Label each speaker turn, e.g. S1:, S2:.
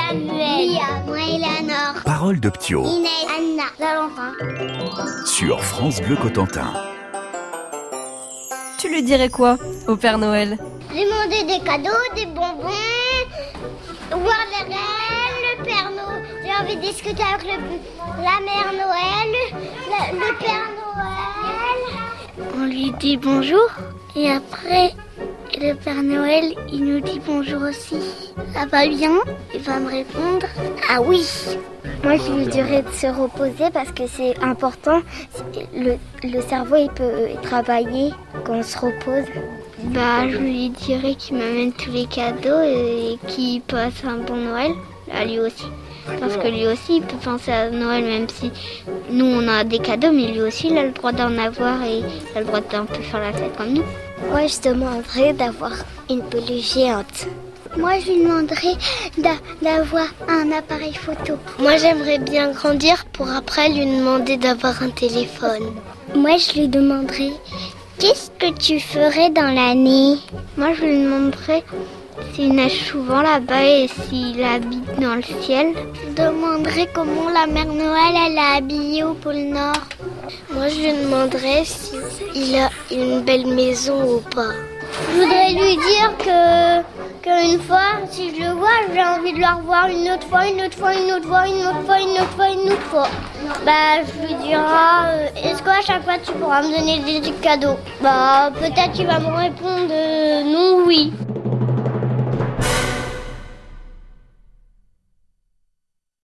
S1: Samuel, Lia, moi, Eleanor,
S2: Parole de Ptio
S1: Inès, Anna, Valentin.
S2: sur France Bleu Cotentin.
S3: Tu lui dirais quoi au Père Noël
S1: Demander des cadeaux, des bonbons, voir les reines, le Père Noël. J'ai envie de discuter avec le- la Mère Noël, le, le Père Noël. On lui dit bonjour et après, le Père Noël, il nous dit bonjour aussi. Ça va bien Il va me répondre Ah oui moi, je lui dirais de se reposer parce que c'est important. Le, le cerveau, il peut travailler quand on se repose. Bah, je lui dirais qu'il m'amène tous les cadeaux et qu'il passe un bon Noël, à lui aussi. Parce que lui aussi, il peut penser à Noël, même si nous, on a des cadeaux, mais lui aussi, il a le droit d'en avoir et il a le droit d'un peu faire la fête comme nous. Moi, je demanderais d'avoir une peluche géante. Moi, je lui demanderais d'a- d'avoir un appareil photo. Moi, j'aimerais bien grandir pour après lui demander d'avoir un téléphone. Moi, je lui demanderais Qu'est-ce que tu ferais dans l'année Moi, je lui demanderais s'il nage souvent là-bas et s'il habite dans le ciel. Je demanderais comment la mère Noël elle a habillé au pôle Nord. Moi, je lui demanderais s'il a une belle maison ou pas. Je voudrais lui dire que qu'une fois, si je le vois, j'ai envie de le revoir une autre fois, une autre fois, une autre fois, une autre fois, une autre fois, une autre fois. Bah, je lui dirai, euh, est-ce qu'à chaque fois tu pourras me donner des, des cadeaux Bah, peut-être qu'il va me répondre euh, non, oui.